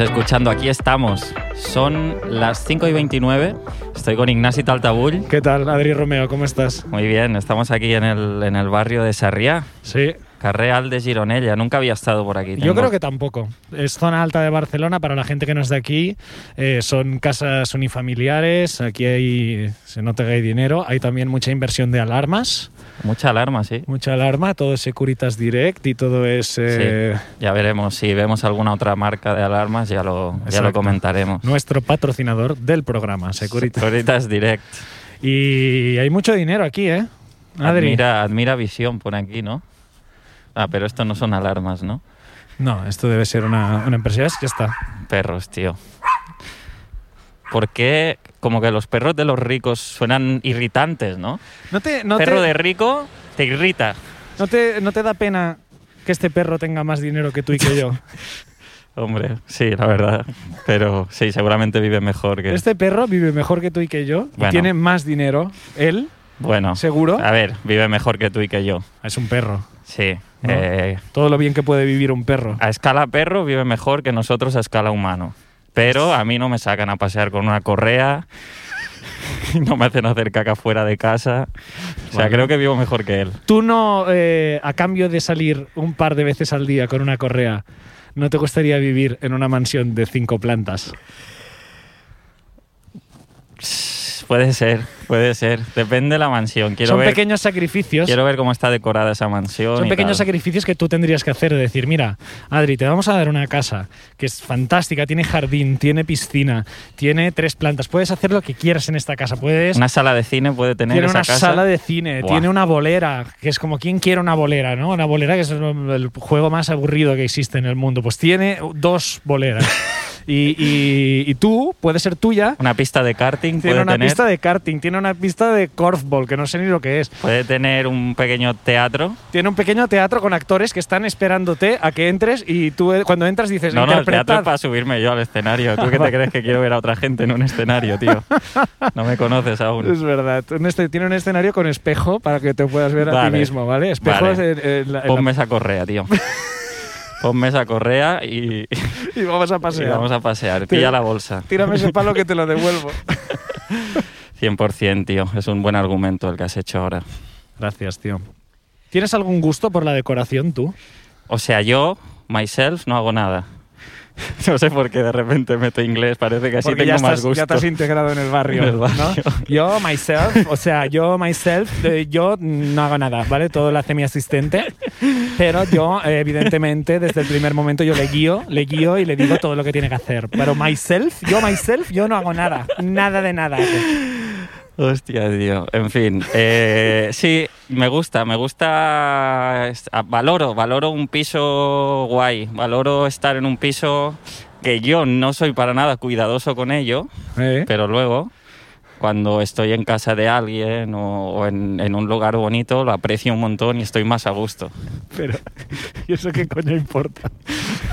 escuchando, aquí estamos. Son las 5 y 29. Estoy con Ignasi Taltabull. ¿Qué tal, Adri Romeo? ¿Cómo estás? Muy bien, estamos aquí en el, en el barrio de Sarriá, Sí. Carreal de Gironella. Nunca había estado por aquí. Yo Tengo- creo que tampoco. Es zona alta de Barcelona, para la gente que no es de aquí, eh, son casas unifamiliares, aquí hay, se nota que hay dinero, hay también mucha inversión de alarmas, Mucha alarma, sí. mucha alarma, todo es Securitas Direct y todo es... eh, Sí, ya veremos. Si vemos alguna otra marca de alarmas, ya lo, ya lo Exacto. comentaremos. Nuestro patrocinador del programa, Securitas. Securitas Direct. Y hay mucho dinero aquí, ¿eh? Ah, Adri. Admira, admira visión, por aquí, ¿no? Ah, pero esto no son alarmas, ¿no? No, esto debe ser una, una empresa. Ya está. Perros, tío. ¿Por qué como que los perros de los ricos suenan irritantes, no? No te, no, Perro te, de rico te irrita. no, te, no te da pena que este perro tenga más dinero que tú y que yo. Hombre, sí, la verdad. Pero sí, seguramente vive mejor que... Este perro vive mejor que tú y que yo. y Bueno. Ah. tiene más dinero. Él Bueno, ¿Seguro? a ver, vive mejor que tú y que yo. es un perro. Sí. No. eh, Todo lo bien que puede vivir un perro. a escala perro vive mejor que nosotros a escala humano. Pero a mí no me sacan a pasear con una correa, no me hacen hacer caca fuera de casa. O sea, Vale. creo que vivo mejor que él. Tú no, eh, a cambio de salir un par de veces al día con una correa, ¿no te gustaría vivir en una mansión de cinco plantas? Puede ser, puede ser. Depende de la mansión. Quiero, Son ver, pequeños sacrificios. quiero ver cómo está decorada esa mansión. Son y pequeños tal. sacrificios que tú tendrías que hacer, de decir, mira, Adri, te vamos a dar una casa que es fantástica, tiene jardín, tiene piscina, tiene tres plantas, puedes hacer lo que quieras en esta casa, puedes... Una sala de cine puede tener tiene esa una casa. sala de cine, Buah. tiene una bolera, que es como, ¿quién quiere una bolera? ¿no? Una bolera que es lo- el juego más aburrido que existe en el mundo. Pues tiene dos boleras. y, y- y tú, puede ser tuya, Una pista de karting tiene puede una tener. pista de karting, tiene una pista de korfball, que no sé ni lo que es. Puede tener un pequeño teatro. Tiene un pequeño teatro con actores que están esperándote a que entres y tú eh, cuando entras dices, No, no, el teatro interpretad. es para subirme yo al escenario. ¿Tú qué te crees que quiero ver a otra gente en un escenario, tío? No me conoces es aún. verdad. Un este- tiene un escenario con espejo para que te puedas ver a ti Vale. mismo, ¿vale? Espejos Vale. en- en la- en la- Ponme esa correa, tío. Ponme esa correa y, y vamos a y pasear. vamos a pasear. Te- Pilla la bolsa. Tírame ese palo que te lo devuelvo. 100%, tío. Es un buen argumento el que has hecho ahora. Gracias, tío. ¿Tienes algún gusto por la decoración tú? O sea, yo, myself, no hago nada. No sé por qué de repente meto inglés, parece que así Porque tengo más ya, estás, gusto. ya te has integrado en el barrio. En el barrio. ¿no? Yo, myself, o sea, yo, myself, eh, yo no hago nada, ¿vale? Todo lo hace mi asistente. Pero yo, eh, evidentemente, desde el primer momento yo le guío, le guío y le digo todo lo que tiene que hacer. Pero myself, yo, myself, yo no hago nada. Nada de nada. Hostia, tío. En fin, eh, sí, me gusta, me gusta. es- a- Valoro, valoro un piso guay, valoro estar en un piso que yo no soy para nada cuidadoso con ello, ¿Eh? pero luego, cuando estoy en casa de alguien o, o en, en un lugar bonito, lo aprecio un montón y estoy más a gusto. Pero, ¿y eso qué coño importa?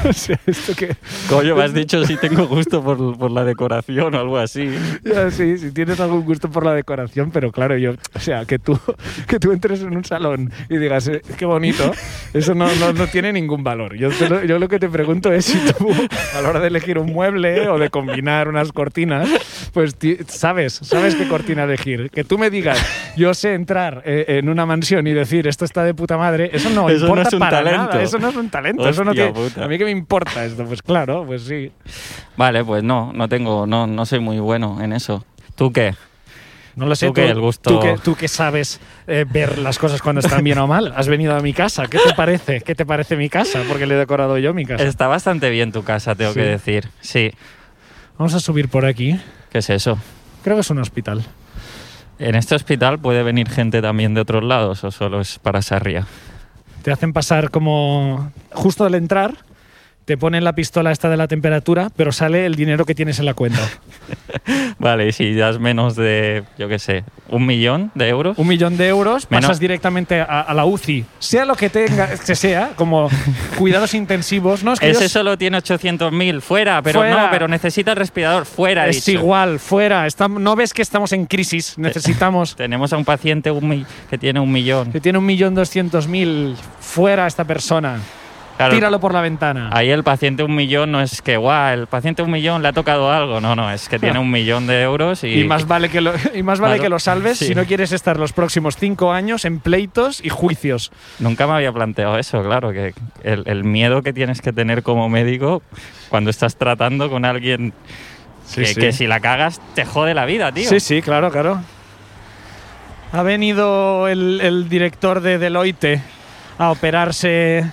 O sea, esto que... Coño, me has dicho si tengo gusto por, por la decoración o algo así. Ya, sí, si tienes algún gusto por la decoración, pero claro, yo, o sea, que tú, que tú entres en un salón y digas, "Eh, qué bonito, eso no, no, no tiene ningún valor. Yo, te lo, yo lo que te pregunto es si tú, a la hora de elegir un mueble o de combinar unas cortinas, pues ti- sabes, sabes qué cortina elegir. Que tú me digas, yo sé entrar eh, en una mansión y decir, esto está de puta madre, eso no Eso no importa es un para talento. nada, eso no es un talento, eso no Hostia tiene- puta. A mí que me importa esto, pues claro, pues sí. Vale, pues no, no tengo, no, no soy muy bueno en eso. ¿Tú qué? No lo sé, Tú que el gusto- tú que, tú que sabes eh, ver las cosas cuando están bien o mal. Has venido a mi casa. ¿Qué te parece? ¿Qué te parece mi casa? Porque le he decorado yo mi casa. Está bastante bien tu casa, tengo Sí. que decir. Sí. Vamos a subir por aquí. ¿Qué es eso? Creo que es un hospital. ¿En este hospital puede venir gente también de otros lados o solo es para Sarria? Te hacen pasar como justo al entrar. Te ponen la pistola esta de la temperatura, pero sale el dinero que tienes en la cuenta. Vale, y si das menos de, yo qué sé, un millón de euros. Un millón de euros, Menos- pasas directamente a, a la UCI. Sea lo que tenga, que sea, como cuidados intensivos. No, es que yo- Ese solo tiene 800.000, fuera, pero no, Fuera. pero necesita el respirador, fuera. he es dicho. igual, fuera. Estam- no ves que estamos en crisis. Necesitamos Tenemos a un paciente un mi- que tiene un millón. que tiene un millón doscientos mil fuera esta persona. Claro. tíralo por la ventana. Ahí el paciente un millón no es que, guau, el paciente un millón le ha tocado algo. No, no, es que tiene un millón de euros y. Y más vale que lo, y más vale Claro, que lo salves sí. si no quieres estar los próximos cinco años en pleitos y juicios. Nunca me había planteado eso, claro, que el, el miedo que tienes que tener como médico cuando estás tratando con alguien que, que si la cagas te jode la vida, tío. Sí, sí, claro, claro. Ha venido el, el director de Deloitte a operarse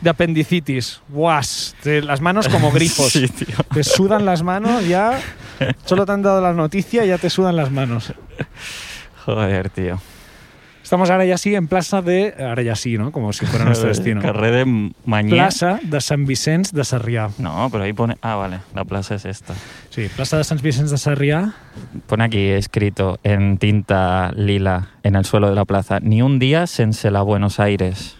de apendicitis. Guas, te- las manos como grifos. Sí, tío. Te sudan las manos ya. Solo te han dado la noticia y ya te sudan las manos. Joder, tío. Estamos ahora ya sí en plaza de... Ahora ya sí, ¿no? Como si fuera nuestro destino. Carré de mañana. Plaza de Sant Vicenç de Sarrià. No, pero ahí pone. Ah, vale, la plaza es esta. Sí, plaza de Sant Vicenç de Sarrià. Pone aquí escrito en tinta lila en el suelo de la plaza: Ni un día sense la Buenos Aires.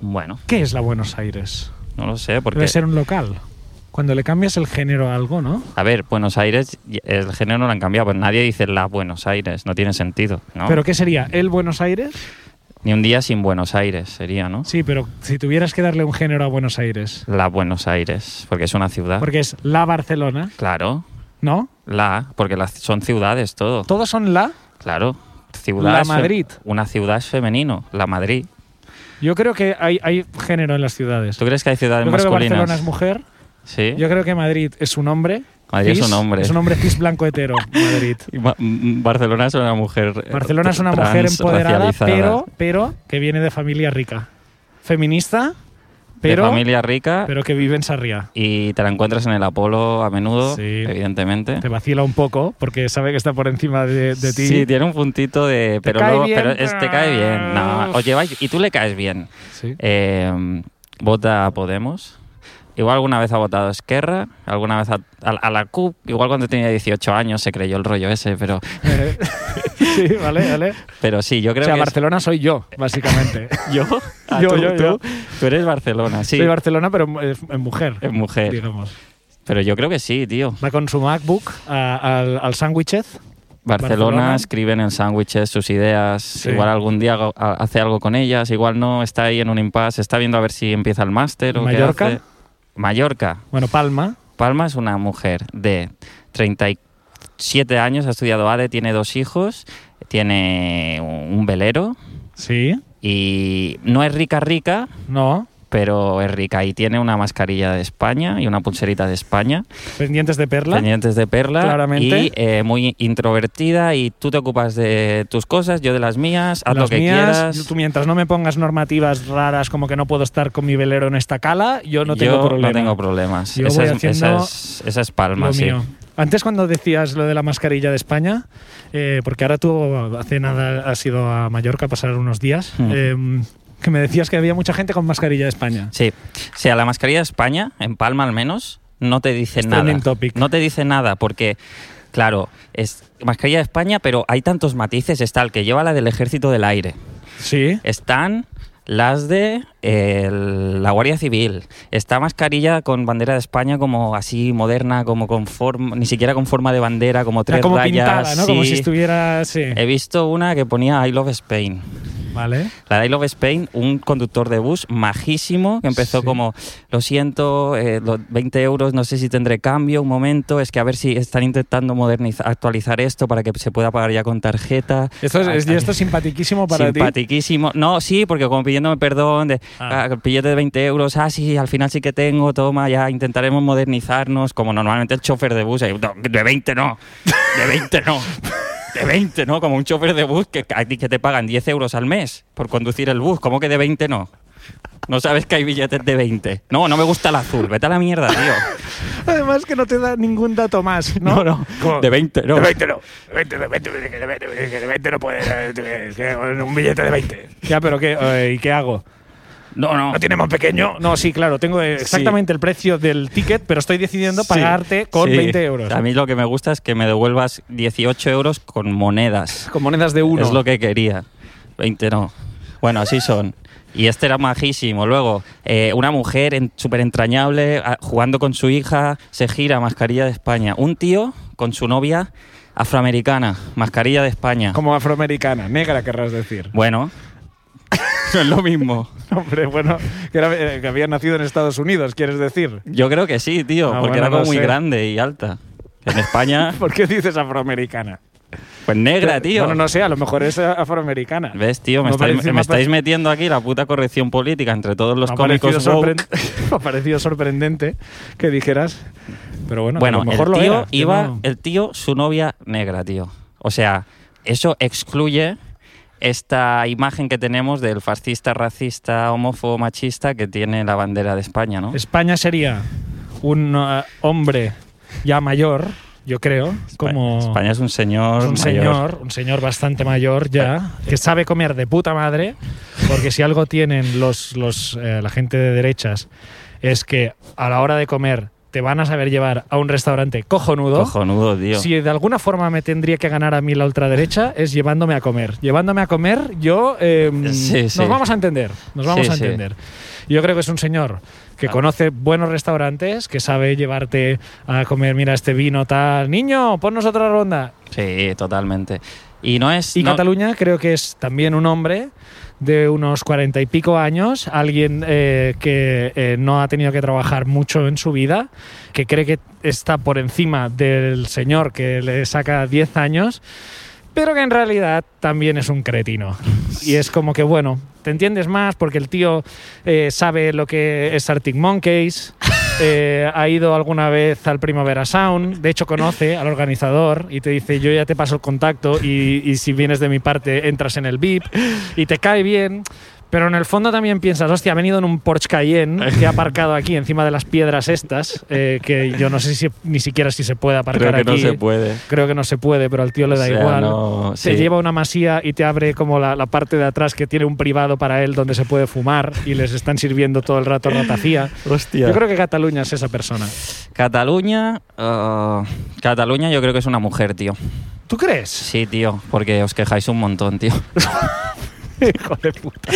Bueno, ¿Qué es la Buenos Aires? no lo sé, porque. Debe ser un local. Cuando le cambias el género a algo, ¿no? A ver, Buenos Aires, y- el género no lo han cambiado, pero nadie dice la Buenos Aires, no tiene sentido, ¿no? ¿Pero qué sería? ¿El Buenos Aires? Ni un día sin Buenos Aires sería, ¿no? Sí, pero si tuvieras que darle un género a Buenos Aires. La Buenos Aires, porque es una ciudad. Porque es la Barcelona, Claro, ¿no? la, porque las son ciudades todo. Todos son la. Claro, ciudad. La es fe- Madrid. Una ciudad es femenino, la Madrid. Yo creo que hay, hay género en las ciudades. ¿Tú crees que hay ciudades Yo creo que masculinas? Barcelona es mujer. sí. Yo creo que Madrid es un hombre. Madrid es un hombre. Es un hombre cis blanco hetero, Madrid. Y Ma- m- Barcelona es una mujer. eh, Barcelona es una trans, mujer empoderada, racializada. pero, pero que viene de familia rica. Feminista, de pero, familia rica pero que vive en Sarriá. y te la encuentras en el Apolo a menudo, Sí. evidentemente. Te vacila un poco porque sabe que está por encima de, de ti. Sí, tiene un puntito de. Pero cae luego, bien, Ah. pero es- te cae bien. No, pero- os lleváis. Y tú le caes bien. Sí. Eh, vota a Podemos. Igual alguna vez ha votado a Esquerra, alguna vez a, a- a la CUP, igual cuando tenía 18 años se creyó el rollo ese, pero, sí, vale, vale. pero sí, yo Eh. creo o sea, que... es- Barcelona soy yo, básicamente. ¿Yo? Ah, Yo, tú, yo, tú. yo. Tú eres Barcelona, sí. Soy Barcelona, pero en- en mujer, Es mujer. digamos. Pero yo creo que sí, tío. Va con su MacBook a- al, al sándwiches. Barcelona, Barcelona. escribe en el sándwiches sus ideas, igual algún día hago- ha- hace algo con ellas, igual no, está ahí en un impasse, está viendo a ver si empieza el máster o qué ¿Mallorca? hace. Mallorca. Bueno, Palma. Palma es una mujer de 37 años, ha estudiado ADE, tiene dos hijos, tiene un velero Sí. y no es rica rica, No. pero es rica y tiene una mascarilla de España y una pulserita de España, Pendientes de perla. pendientes de perla Claramente. y eh, muy introvertida y tú te ocupas de tus cosas, yo de las mías, haz Las lo que mías, quieras. Tú mientras no me pongas normativas raras como que no puedo estar con mi velero en esta cala, yo no tengo yo problema. no tengo problemas. Yo Esa voy es, esa haciendo es- esa es Palma, Lo sí. mío. Antes cuando decías lo de la mascarilla de España, eh, porque ahora tú hace nada has ido a Mallorca a pasar unos días, Hmm. eh, que me decías que había mucha gente con mascarilla de España. Sí, o sea, la mascarilla de España, en Palma al menos, no te dice nada. trending topic. No te dice nada porque, claro, es mascarilla de España, pero hay tantos matices. Está el que lleva la del Ejército del Aire. Sí. Están las de eh, el- la Guardia Civil. Está mascarilla con bandera de España como así moderna, como con forma, ni siquiera con forma de bandera, como Era tres Ah, como rayas. pintada, ¿no? Como sí. si estuviera... Sí. Eh, He visto una que ponía I Love Spain. Vale. La de I Love Spain, un conductor de bus majísimo que empezó Sí. como, lo siento, eh, los 20 euros, no sé si tendré cambio, un momento, es que a ver si están intentando modernizar, actualizar esto para que se pueda pagar ya con tarjeta. Esto es, Ah, es- y esto es simpatiquísimo para ti. Simpatiquísimo. No, sí, porque como pidiéndome perdón, de, Ah. ah, billete de 20 euros, ah, sí, al final sí que tengo, toma, ya intentaremos modernizarnos, como normalmente el chofer de bus, ahí, "No, de 20 no, de 20 no, de 20 no, como un chofer de bus que, a ti que te pagan 10 euros al mes por conducir el bus, ¿cómo que de 20 no? No sabes que hay billetes de 20. No, no me gusta el azul, vete a la mierda, tío. Además que no te da ningún dato más, ¿no? No, no, Como- de 20 no. De 20 no. De 20, de 20, de 20, de 20 no puede. eh, que Un billete de 20. Ya, pero ¿qué, eh, ¿y qué hago? No, no. ¿No tiene más pequeño? Pues No, sí, claro, tengo eh, exactamente el precio del ticket, pero estoy decidiendo pagarte con Sí. 20 euros. A mí lo que me gusta es que me devuelvas 18 euros con monedas. Con monedas de uno. Es lo que quería. 20 no. Bueno, así son. Y este era majísimo. Luego, eh, una mujer en- súper entrañable a- jugando con su hija, se gira, mascarilla de España. Un tío con su novia afroamericana, mascarilla de España. Como afroamericana, negra querrás decir. Bueno, No es lo mismo. Hombre, bueno, que, era- eh, que había nacido en Estados Unidos, quieres decir. Yo creo que sí, tío, Ah, porque bueno, era como no muy sé. grande y alta. En España, ¿Por qué dices afroamericana? pues negra, tío. Bueno, no sé, a lo mejor es eh, afroamericana. ¿Ves, tío? Me, No estáis, parece- me me estáis pare- metiendo aquí la puta corrección política entre todos los me, ha parecido cómicos woke. sorpren- me ha parecido sorprendente que dijeras. Pero bueno, a Bueno, lo mejor el lo tío era, yo iba, no- el tío, su novia negra, tío. O sea, eso excluye esta imagen que tenemos del fascista, racista, homófobo, machista que tiene la bandera de España, ¿no? España sería un eh, hombre ya mayor, yo creo, como España es un señor es un mayor. señor, un señor bastante mayor ya, que sabe comer de puta madre, porque si algo tienen los, los eh, la gente de derechas es que a la hora de comer te van a saber llevar a un restaurante cojonudo. Cojonudo, tío. Si de alguna forma me tendría que ganar a mí la ultraderecha es llevándome a comer. Llevándome a comer, yo eh, Sí, sí. nos vamos a entender. Nos vamos Sí, a sí. entender. Yo creo que es un señor que Ah. conoce buenos restaurantes, que sabe llevarte a comer, mira este vino tal, niño, ponnos otra ronda. Sí, totalmente. Y no es. Y Pues, no- Cataluña creo que es también un hombre de unos cuarenta y pico años, alguien eh, que eh, no ha tenido que trabajar mucho en su vida, que cree que está por encima del señor que le saca 10 años, pero que en realidad también es un cretino. Y es como que, bueno, te entiendes más porque el tío eh, sabe lo que es Arctic Monkeys. eh, ha ido alguna vez al Primavera Sound, de hecho conoce al organizador y te dice yo ya te paso el contacto y, y si vienes de mi parte entras en el VIP y te cae bien, pero en el fondo también piensas, hostia, ha venido en un Porsche Cayenne que ha aparcado aquí encima de las piedras estas, eh, que yo no sé si, ni siquiera si se puede aparcar Creo que no aquí. se puede. Creo que no se puede, pero al tío le da O sea, igual. no- Te sí. lleva una masía y te abre como la, la parte de atrás que tiene un privado para él donde se puede fumar y les están sirviendo todo el rato ratafía. Hostia. Yo creo que Cataluña es esa persona. Cataluña. ah, Cataluña, yo creo que es una mujer, tío. ¿Tú crees? Sí, tío, porque os quejáis un montón, tío. Hijo de puta.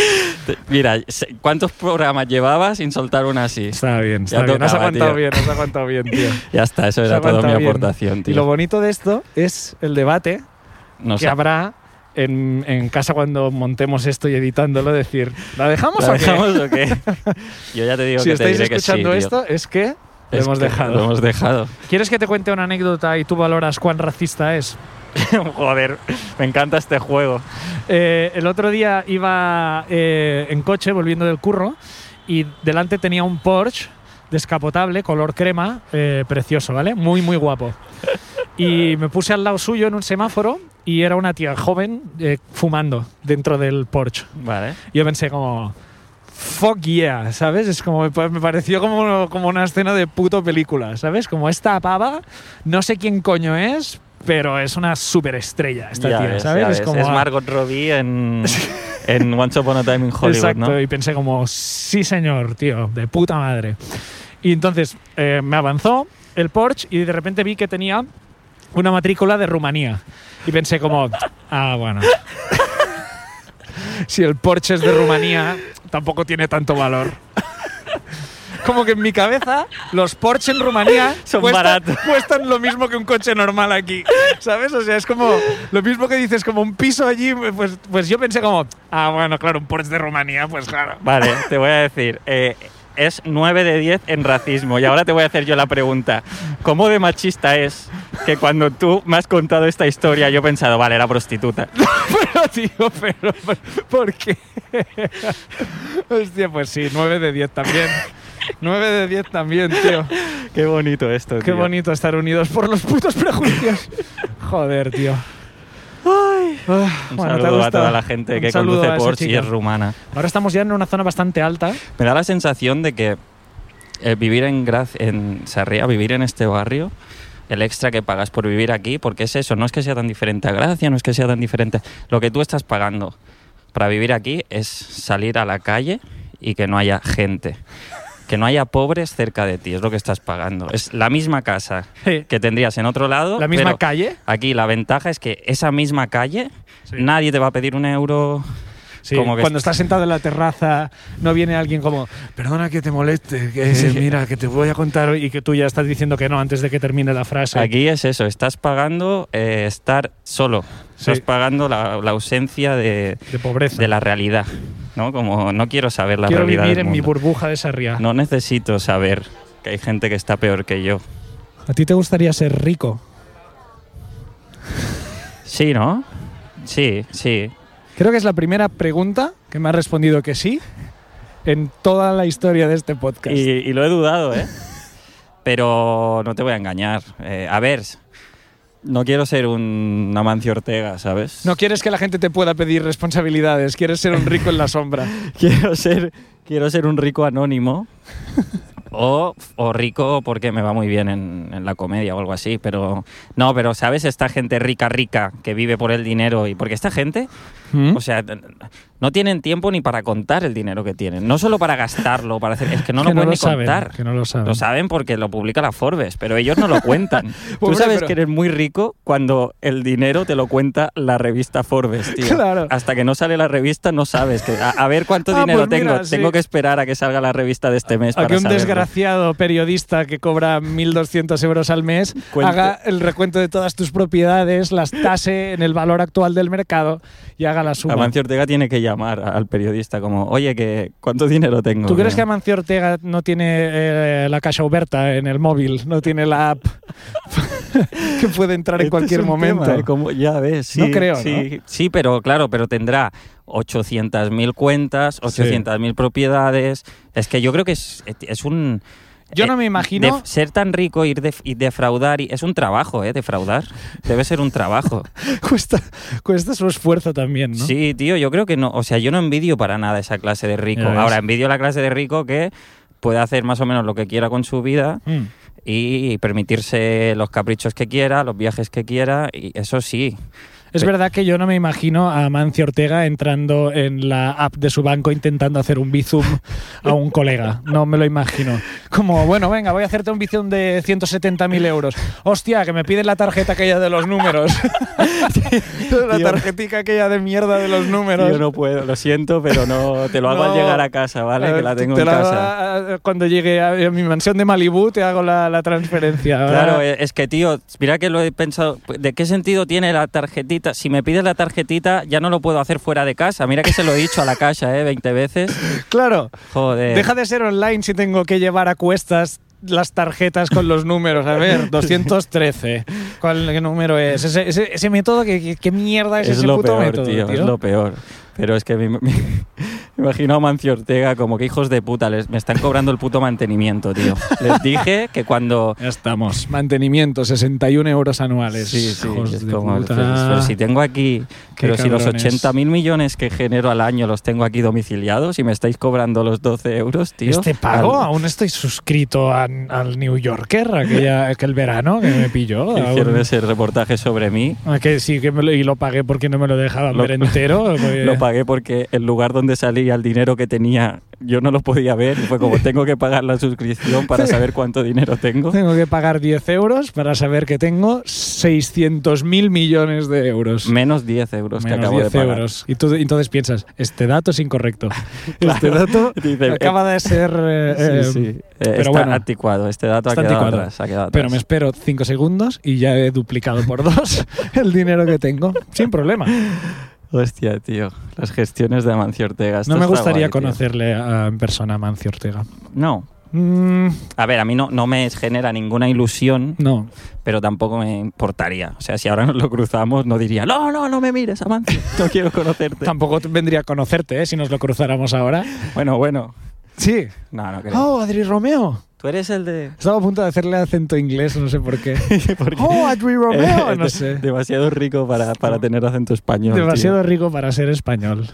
Te- Mira, se- ¿cuántos programas llevabas sin soltar una así? Está bien, está Ya bien. has tocaba, aguantado tío. bien, has aguantado bien, tío. Ya está, eso Has era toda mi aguantado bien. aportación, tío. Y lo bonito de esto es el debate No que sé. habrá en, en casa cuando montemos esto y editándolo, decir, ¿la dejamos ¿La o qué? dejamos o qué? Yo ya te digo Si que te estáis diré que sí, escuchando tío. esto, es que lo Es hemos que dejado. Lo hemos dejado. ¿Quieres que te cuente una anécdota y tú valoras cuán racista es? Joder, me encanta este juego. Eh, el otro día iba eh, en coche volviendo del curro y delante tenía un Porsche descapotable, color crema, eh, precioso, ¿vale? Muy, muy guapo. Y me puse al lado suyo en un semáforo y era una tía joven eh, fumando dentro del Porsche. Vale. Yo pensé como... Fuck yeah, ¿sabes? Es como me pa- me pareció como, como una escena de puto película, ¿sabes? Como esta pava, no sé quién coño es, pero es una superestrella esta Ya tía, ves, ¿sabes? ya Es ves. como Es ah, Margot Robbie en, en Once Upon a Time in Hollywood, Exacto, ¿no? y pensé como, sí señor, tío, de puta madre. Y entonces eh, me avanzó el Porsche y de repente vi que tenía una matrícula de Rumanía. Y pensé como, ah, bueno. si el Porsche es de Rumanía, tampoco tiene tanto valor. Como que en mi cabeza los Porsche en Rumanía Son cuestan- baratos. cuestan lo mismo que un coche normal aquí, ¿sabes? O sea, es como lo mismo que dices, como un piso allí, pues, pues yo pensé como, ah, bueno, claro, un Porsche de Rumanía, pues claro. Vale, te voy a decir. eh, es 9 de 10 en racismo. Y ahora te voy a hacer yo la pregunta. ¿Cómo de machista es que cuando tú me has contado esta historia yo he pensado, vale, era prostituta? Pero, tío, pero, pero, ¿por qué? Hostia, pues sí, 9 de 10 también. 9 de 10 también, tío. Qué bonito esto, Qué bonito estar unidos por los putos prejuicios. Joder, tío. Ah, Un bueno, ¿te ha saludo a gustado? toda la gente Un que saludo conduce a esa Porsche y chica. es rumana. Ahora estamos ya en una zona bastante alta. Me da la sensación de que eh, vivir en, Graz- en Sarria, vivir en este barrio, el extra que pagas por vivir aquí, porque es eso, no es que sea tan diferente a Gracia, no es que sea tan diferente. Lo que tú estás pagando para vivir aquí es salir a la calle y que no haya gente. Que no haya pobres cerca de ti, es lo que estás pagando. Es la misma casa Sí. que tendrías en otro lado. ¿La misma pero calle? Aquí la ventaja es que esa misma calle Sí. nadie te va a pedir un euro. Sí, como que cuando estás sentado en la terraza, no viene alguien como, perdona que te moleste, que mira, que te voy a contar y que tú ya estás diciendo que no antes de que termine la frase. Aquí es eso, estás pagando eh, estar solo, Sí. estás pagando la, la ausencia de, De pobreza. de la realidad. ¿no? Como no quiero saber la Quiero realidad vivir del en mi mundo. burbuja de Sarriá. No necesito saber que hay gente que está peor que yo. ¿A ti te gustaría ser rico? Sí, ¿no? Sí, sí. Creo que es la primera pregunta que me ha respondido que sí en toda la historia de este podcast. Y, y lo he dudado, ¿eh? Pero no te voy a engañar. Eh, a ver, no quiero ser un Amancio Ortega, ¿sabes? No quieres que la gente te pueda pedir responsabilidades, quieres ser un rico en la sombra. quiero ser quiero ser un rico anónimo o, o rico porque me va muy bien en, en la comedia o algo así pero no pero sabes esta gente rica rica que vive por el dinero y porque esta gente ¿Mm? o sea t- no tienen tiempo ni para contar el dinero que tienen no solo para gastarlo para hacer es que no que lo pueden no lo ni saben. contar Que no lo saben. lo saben porque lo publica la Forbes, pero ellos no lo cuentan. Tú Pobre, sabes pero- que eres muy rico cuando el dinero te lo cuenta la revista Forbes, tío. Claro. Hasta que no sale la revista no sabes. que- a, a ver cuánto Ah, dinero pues mira, tengo. sí. Tengo que esperar a que salga la revista de este mes A para que un saberlo. desgraciado periodista que cobra 1.200 euros al mes Cuente. haga el recuento de todas tus propiedades, las tase en el valor actual del mercado y haga la suma. Amancio Ortega tiene que llamar a- al periodista como, oye, que ¿cuánto dinero tengo? ¿Tú crees que Amancio Ortega no tiene eh, la caja Oberta en el móvil? ¿No tiene la app que puede entrar en Este cualquier es un momento? tema, ¿eh? Como ya ves, sí, No creo, sí, sí, pero claro, pero tendrá 800.000 cuentas, 800.000 propiedades. Es que yo creo que es, es un... eh, Yo no me imagino- def- ser tan rico ir def- y defraudar... y- es un trabajo, ¿eh? Defraudar. Debe ser un trabajo. cuesta, cuesta su esfuerzo también, ¿no? Sí, tío, yo creo que no. O sea, yo no envidio para nada esa clase de rico. Ya ves. Ahora, envidio la clase de rico que puede hacer más o menos lo que quiera con su vida Mm. y permitirse los caprichos que quiera, los viajes que quiera, y eso sí. Es Pe- verdad que yo no me imagino a Mancio Ortega entrando en la app de su banco intentando hacer un bizum a un colega. No me lo imagino. Como, bueno, venga, voy a hacerte un bizum de 170.000 euros. Hostia, que me piden la tarjeta aquella de los números. la Tío. tarjetica aquella de mierda de los números. Yo no puedo, lo siento, pero no te lo hago No. al llegar a casa, ¿vale? A ver, que la tengo te en la- casa. Cuando llegue a a mi mansión de Malibú te hago la, la transferencia. Ahora- Claro, eh, es que tío, mira que lo he pensado, ¿de qué sentido tiene la tarjetita? Si me pides la tarjetita, ya no lo puedo hacer fuera de casa. Mira que se lo he dicho a la casa, ¿eh? 20 veces. claro. Joder. Deja de ser online si tengo que llevar a cuestas las tarjetas con los números. A ver, 213. ¿Cuál qué número es? Ese, ese- ese método, ¿qué, qué- qué mierda es, es ese lo puto peor, método, tío, Es lo peor. Pero es que me, me imagino a Mancio Ortega como que hijos de puta, les, me están cobrando el puto mantenimiento, tío. Les dije que cuando... Ya estamos. Mantenimiento, 61 euros anuales. Sí, sí, Hijos es de como, puta. pero, pero si tengo aquí, Qué pero si los cabrones. 80 mil millones que genero al año los tengo aquí domiciliados y me estáis cobrando los 12 euros, tío. Este Pago, Ah, al- aún estoy suscrito a- al New Yorker, aquella, aquel verano que me pilló. que hicieron aún- ese reportaje sobre mí. Ah, que sí, que me lo- y lo pagué porque no me lo dejaban Lo- ver entero. porque- Lo pagué porque el lugar donde salía, el dinero que tenía, yo no lo podía ver. Y fue como, tengo que pagar la suscripción para saber cuánto dinero tengo. Tengo que pagar 10 euros para saber que tengo 600.000 millones de euros. Menos 10 euros que Menos acabo de pagar. euros. Y tú entonces piensas, este dato es incorrecto. Este Claro. dato Dice, acaba de ser... eh, Sí, sí. eh, Eh, pero está bueno. anticuado, este dato ha Está quedado, anticuado. atrás, ha quedado Pero me atrás. espero 5 segundos y ya he duplicado por dos el dinero que tengo. Sin problema. Hostia, tío, las gestiones de Amancio Ortega. esto No me está gustaría guay, tío. conocerle a- en persona a Mancio Ortega. No, Mm, a ver, a mí no, no me genera ninguna ilusión, no. pero tampoco me importaría. O sea, si ahora nos lo cruzamos, no diría, no, no, no me mires, Amancio, no quiero conocerte. Tampoco te- vendría a conocerte ¿eh? si nos lo cruzáramos ahora. bueno, bueno. Sí. No, no creo. Oh, Adri Romeo. Tú eres el de... Estaba a punto de hacerle acento inglés, no sé por qué. Porque- ¡Oh, Adri Romeo! Eh, No sé. Demasiado rico para, para tener acento español. tío. Demasiado rico para ser español.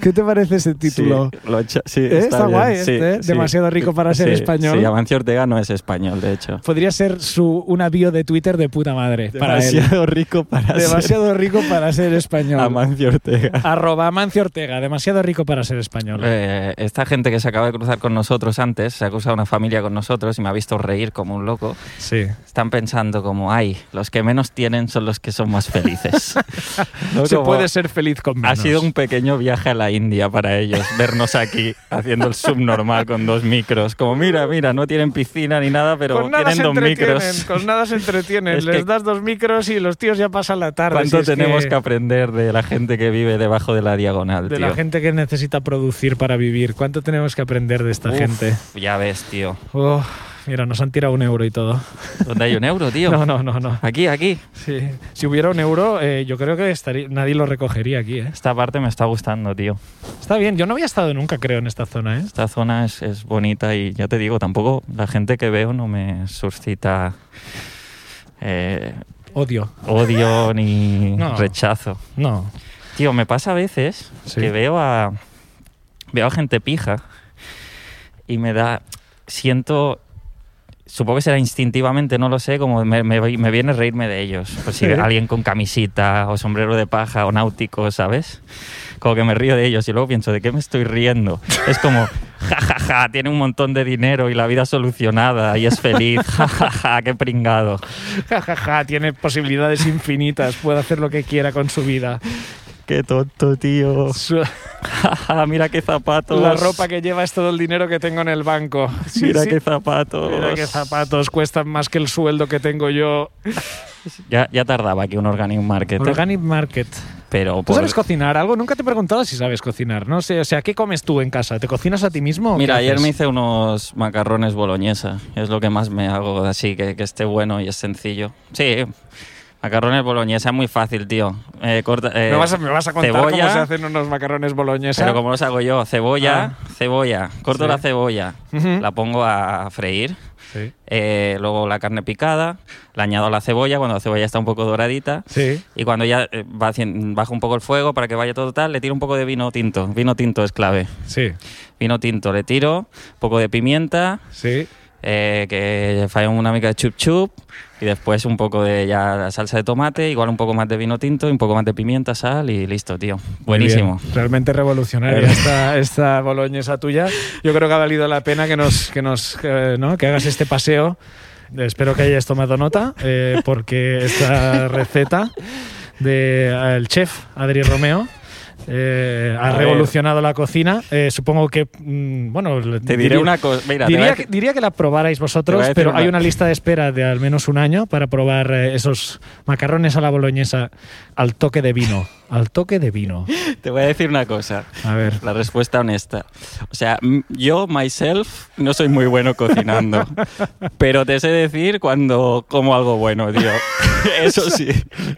¿Qué te parece ese título? Sí, lo echa- sí, Eh, está bien, guay sí, este, ¿eh? sí. Demasiado rico para ser Sí, español. Sí, Amancio Ortega no es español, de hecho. Podría ser su, una bio de Twitter de puta madre para él. demasiado rico para Demasiado rico para ser ser español. Amancio Ortega. Arroba Amancio Eh, Ortega. Demasiado rico para ser español. esta gente que se acaba de cruzar con nosotros antes se ha cruzado una familia historia con nosotros y me ha visto reír como un loco, Sí. están pensando como, ay, los que menos tienen son los que son más felices. ¿No? Se Como- puede ser feliz con menos. Ha sido un pequeño viaje a la India para ellos, vernos aquí haciendo el subnormal con dos micros. Como, mira, mira, no tienen piscina ni nada, pero con Pues nada tienen se dos entretienen, micros. con nada se entretienen. Es Les que- das dos micros y los tíos ya pasan la tarde. si ¿Cuánto es tenemos que... que aprender de la gente que vive debajo de la diagonal, de tío? la gente que necesita producir para vivir? ¿Cuánto tenemos que aprender de esta Uf, gente? Ya ves, tío. Oh, mira, nos han tirado un euro y todo. ¿Dónde hay un euro, tío? No, no, no, no. Aquí, aquí. Sí. Si hubiera un euro, eh, yo creo que estaría, nadie lo recogería aquí. ¿eh? Esta parte me está gustando, tío. Está bien, yo no había estado nunca, creo, en esta zona. ¿eh? Esta zona es, es bonita y ya te digo, tampoco la gente que veo no me suscita eh, Odio. odio ni No. rechazo. No. Tío, me pasa a veces Sí. que veo a veo a gente pija y me da siento supongo que será instintivamente, no lo sé, como me, me, me viene reírme de ellos. Pues si Sí. alguien con camisita o sombrero de paja o náutico, ¿sabes? Como que me río de ellos y luego pienso, ¿de qué me estoy riendo? Es como, ja, ja, ja, tiene un montón de dinero y la vida solucionada y es feliz, ja, ja, ja, qué pringado. Jajaja, tiene posibilidades infinitas, puede hacer lo que quiera con su vida. Qué tonto, tío. Su- Ja, ja, mira qué zapatos. La ropa que lleva es todo el dinero que tengo en el banco. Sí, mira sí. qué zapatos. Mira qué zapatos cuestan más que el sueldo que tengo yo. Ya, ya tardaba aquí un organic market. Organic Market. pero ¿Tú por- sabes cocinar algo? Nunca te he preguntado si sabes cocinar, ¿no? sé, o sea, ¿qué comes tú en casa? ¿Te cocinas a ti mismo? o Mira, qué ayer haces? me hice unos macarrones boloñesa. Es lo que más me hago así, que, que esté bueno y es sencillo. Sí, macarrones boloñesa es muy fácil, tío. Eh, corta, eh, ¿Me vas, a, me vas a contar cebolla, cómo se hacen unos macarrones boloñesa? Pero como los hago yo, cebolla, cebolla. Corto Ah. Sí. la cebolla, Ujú. la pongo a freír. Sí. eh, luego la carne picada, la añado a la cebolla cuando la cebolla está un poco doradita. Sí. Y cuando ya eh, va hacien- baja un poco el fuego para que vaya todo tal, le tiro un poco de vino tinto. Vino tinto es clave. Sí. Vino tinto le tiro, un poco de pimienta, Sí. eh, que falla una mica de chup chup y después un poco de ya la salsa de tomate, igual un poco más de vino tinto y un poco más de pimienta, sal y listo, tío. Buenísimo. Bien. Realmente revolucionaria Pero- esta, esta boloñesa tuya. Yo creo que ha valido la pena que nos, que nos eh, ¿no? que hagas este paseo. Espero que hayas tomado nota, eh, porque esta receta del el chef Adri Romeo. eh, ha A ver. revolucionado la cocina. Eh, supongo que. mm, bueno, le- Te diré una cosa. Mira, te voy a diría, decir- que, diría que la probarais te voy a vosotros, decir pero una- hay una lista de espera de al menos un año para probar eh, esos macarrones a la boloñesa al toque de vino. Al toque de vino. te voy a decir una cosa. A ver. La respuesta honesta. O sea, m- yo, myself, no soy muy bueno cocinando. pero te sé decir cuando como algo bueno, tío. Eso sí.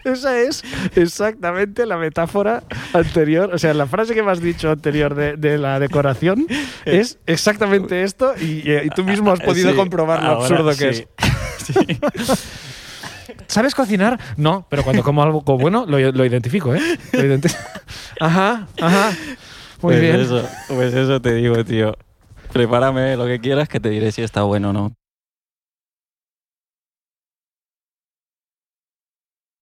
Esa es exactamente la metáfora anterior. O sea, la frase que me has dicho anterior de, de la decoración es exactamente esto y, eh, y tú mismo has podido Eh. Sí, comprobar lo ahora absurdo que sí. es. ¿Sabes cocinar? No, pero cuando como algo bueno lo, lo identifico, ¿eh? Lo identi- ajá, ajá. Muy pues bien. Eso, pues eso te digo, tío. Prepárame lo que quieras que te diré si está bueno o no.